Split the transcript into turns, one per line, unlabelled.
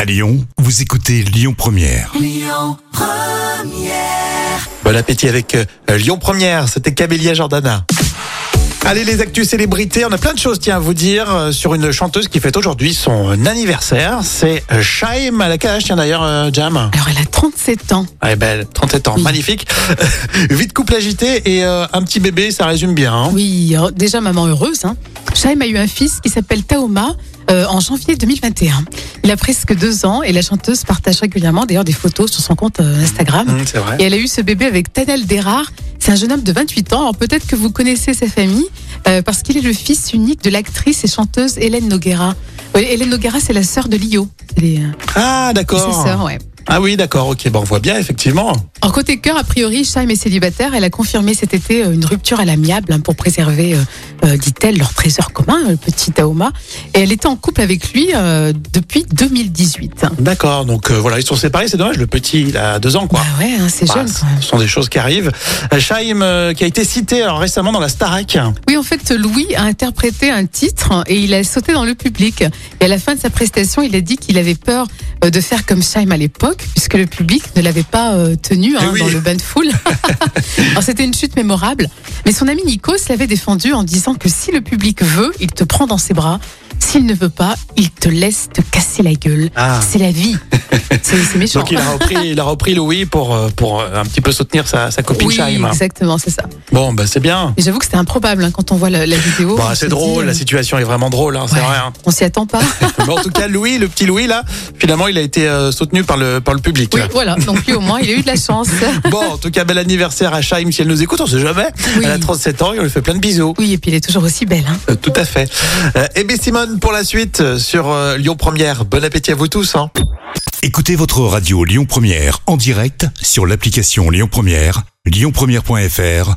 À Lyon, vous écoutez Lyon Première.
Bon appétit avec euh, Lyon Première, c'était Camélia Jordana. Allez les actus célébrités, on a plein de choses tiens à vous dire euh, sur une chanteuse qui fête aujourd'hui son euh, anniversaire, c'est euh, Chaim Malakash, tiens d'ailleurs euh, Jam.
Alors elle a 37 ans.
Elle est belle, 37 ans,
Oui.
magnifique. Vite couple agité et euh, un petit bébé, ça résume bien. hein.
Oui, euh, déjà maman heureuse. Hein. Shaim a eu un fils qui s'appelle Taoma euh, en janvier 2021. Il a presque deux ans et la chanteuse partage régulièrement d'ailleurs des photos sur son compte euh, Instagram.
Mmh, c'est vrai.
Et elle a eu ce bébé avec Tanel Derard. C'est un jeune homme de 28 ans. Alors peut-être que vous connaissez sa famille euh, parce qu'il est le fils unique de l'actrice et chanteuse Hélène Noguera. Oui, Hélène Noguera, c'est la sœur de Lio. Elle est, euh,
Ah d'accord.
ses sœurs, ouais.
Ah oui d'accord, ok, bon on voit bien effectivement.
En côté cœur, a priori, Shaim est célibataire. Elle a confirmé cet été euh, une rupture à l'amiable hein, pour préserver, euh, euh, dit-elle, leur trésor commun, le petit Taoma. Et elle était en couple avec lui euh, depuis 2018.
D'accord, donc euh, voilà, ils sont séparés, c'est dommage, le petit il a deux ans quoi.
Bah ouais, hein, c'est
Bah,
jeune quand même.
ce sont des choses qui arrivent. Euh, Chaim euh, qui a été cité alors, récemment dans la Starac.
Oui, en fait, Louis a interprété un titre et il a sauté dans le public. Et à la fin de sa prestation, il a dit qu'il avait peur euh, de faire comme Shaim à l'époque, puisque le public ne l'avait pas euh, tenu hein,
Eh oui.
dans le bain de foule. Alors, c'était une chute mémorable. Mais son ami Nikos l'avait défendu en disant que si le public veut, il te prend dans ses bras. S'il ne veut pas, il te laisse te casser la gueule.
Ah.
C'est la vie. C'est c'est méchant.
Donc il a repris, il a repris Louis pour euh, pour euh, un petit peu soutenir sa, sa copine
oui,
Chaim.
exactement, c'est ça.
Bon, bah c'est bien.
Et j'avoue que c'était improbable hein, quand on voit la, la vidéo.
Bon,
on se
Bah, c'est
dit,
drôle,
euh,
la situation est vraiment drôle, hein, c'est
ouais,
vrai. hein.
On s'y attend pas.
Mais en tout cas, Louis, le petit Louis là, finalement, il a été euh, soutenu par le par le public.
Oui,
là.
voilà. Donc lui, au moins, il a eu de la chance.
Bon, en tout cas, bel anniversaire à Chaim si elle nous écoute, on sait jamais.
Oui.
Elle a 37 ans et on lui fait plein de bisous.
Oui, et puis il est toujours aussi belle. hein.
Euh, tout à fait. Euh, et bien Simone pour la suite euh, sur euh, Lyon Première. Bon appétit à vous tous. hein.
Écoutez votre radio Lyon Première en direct sur l'application Lyon Première, lyonpremière.fr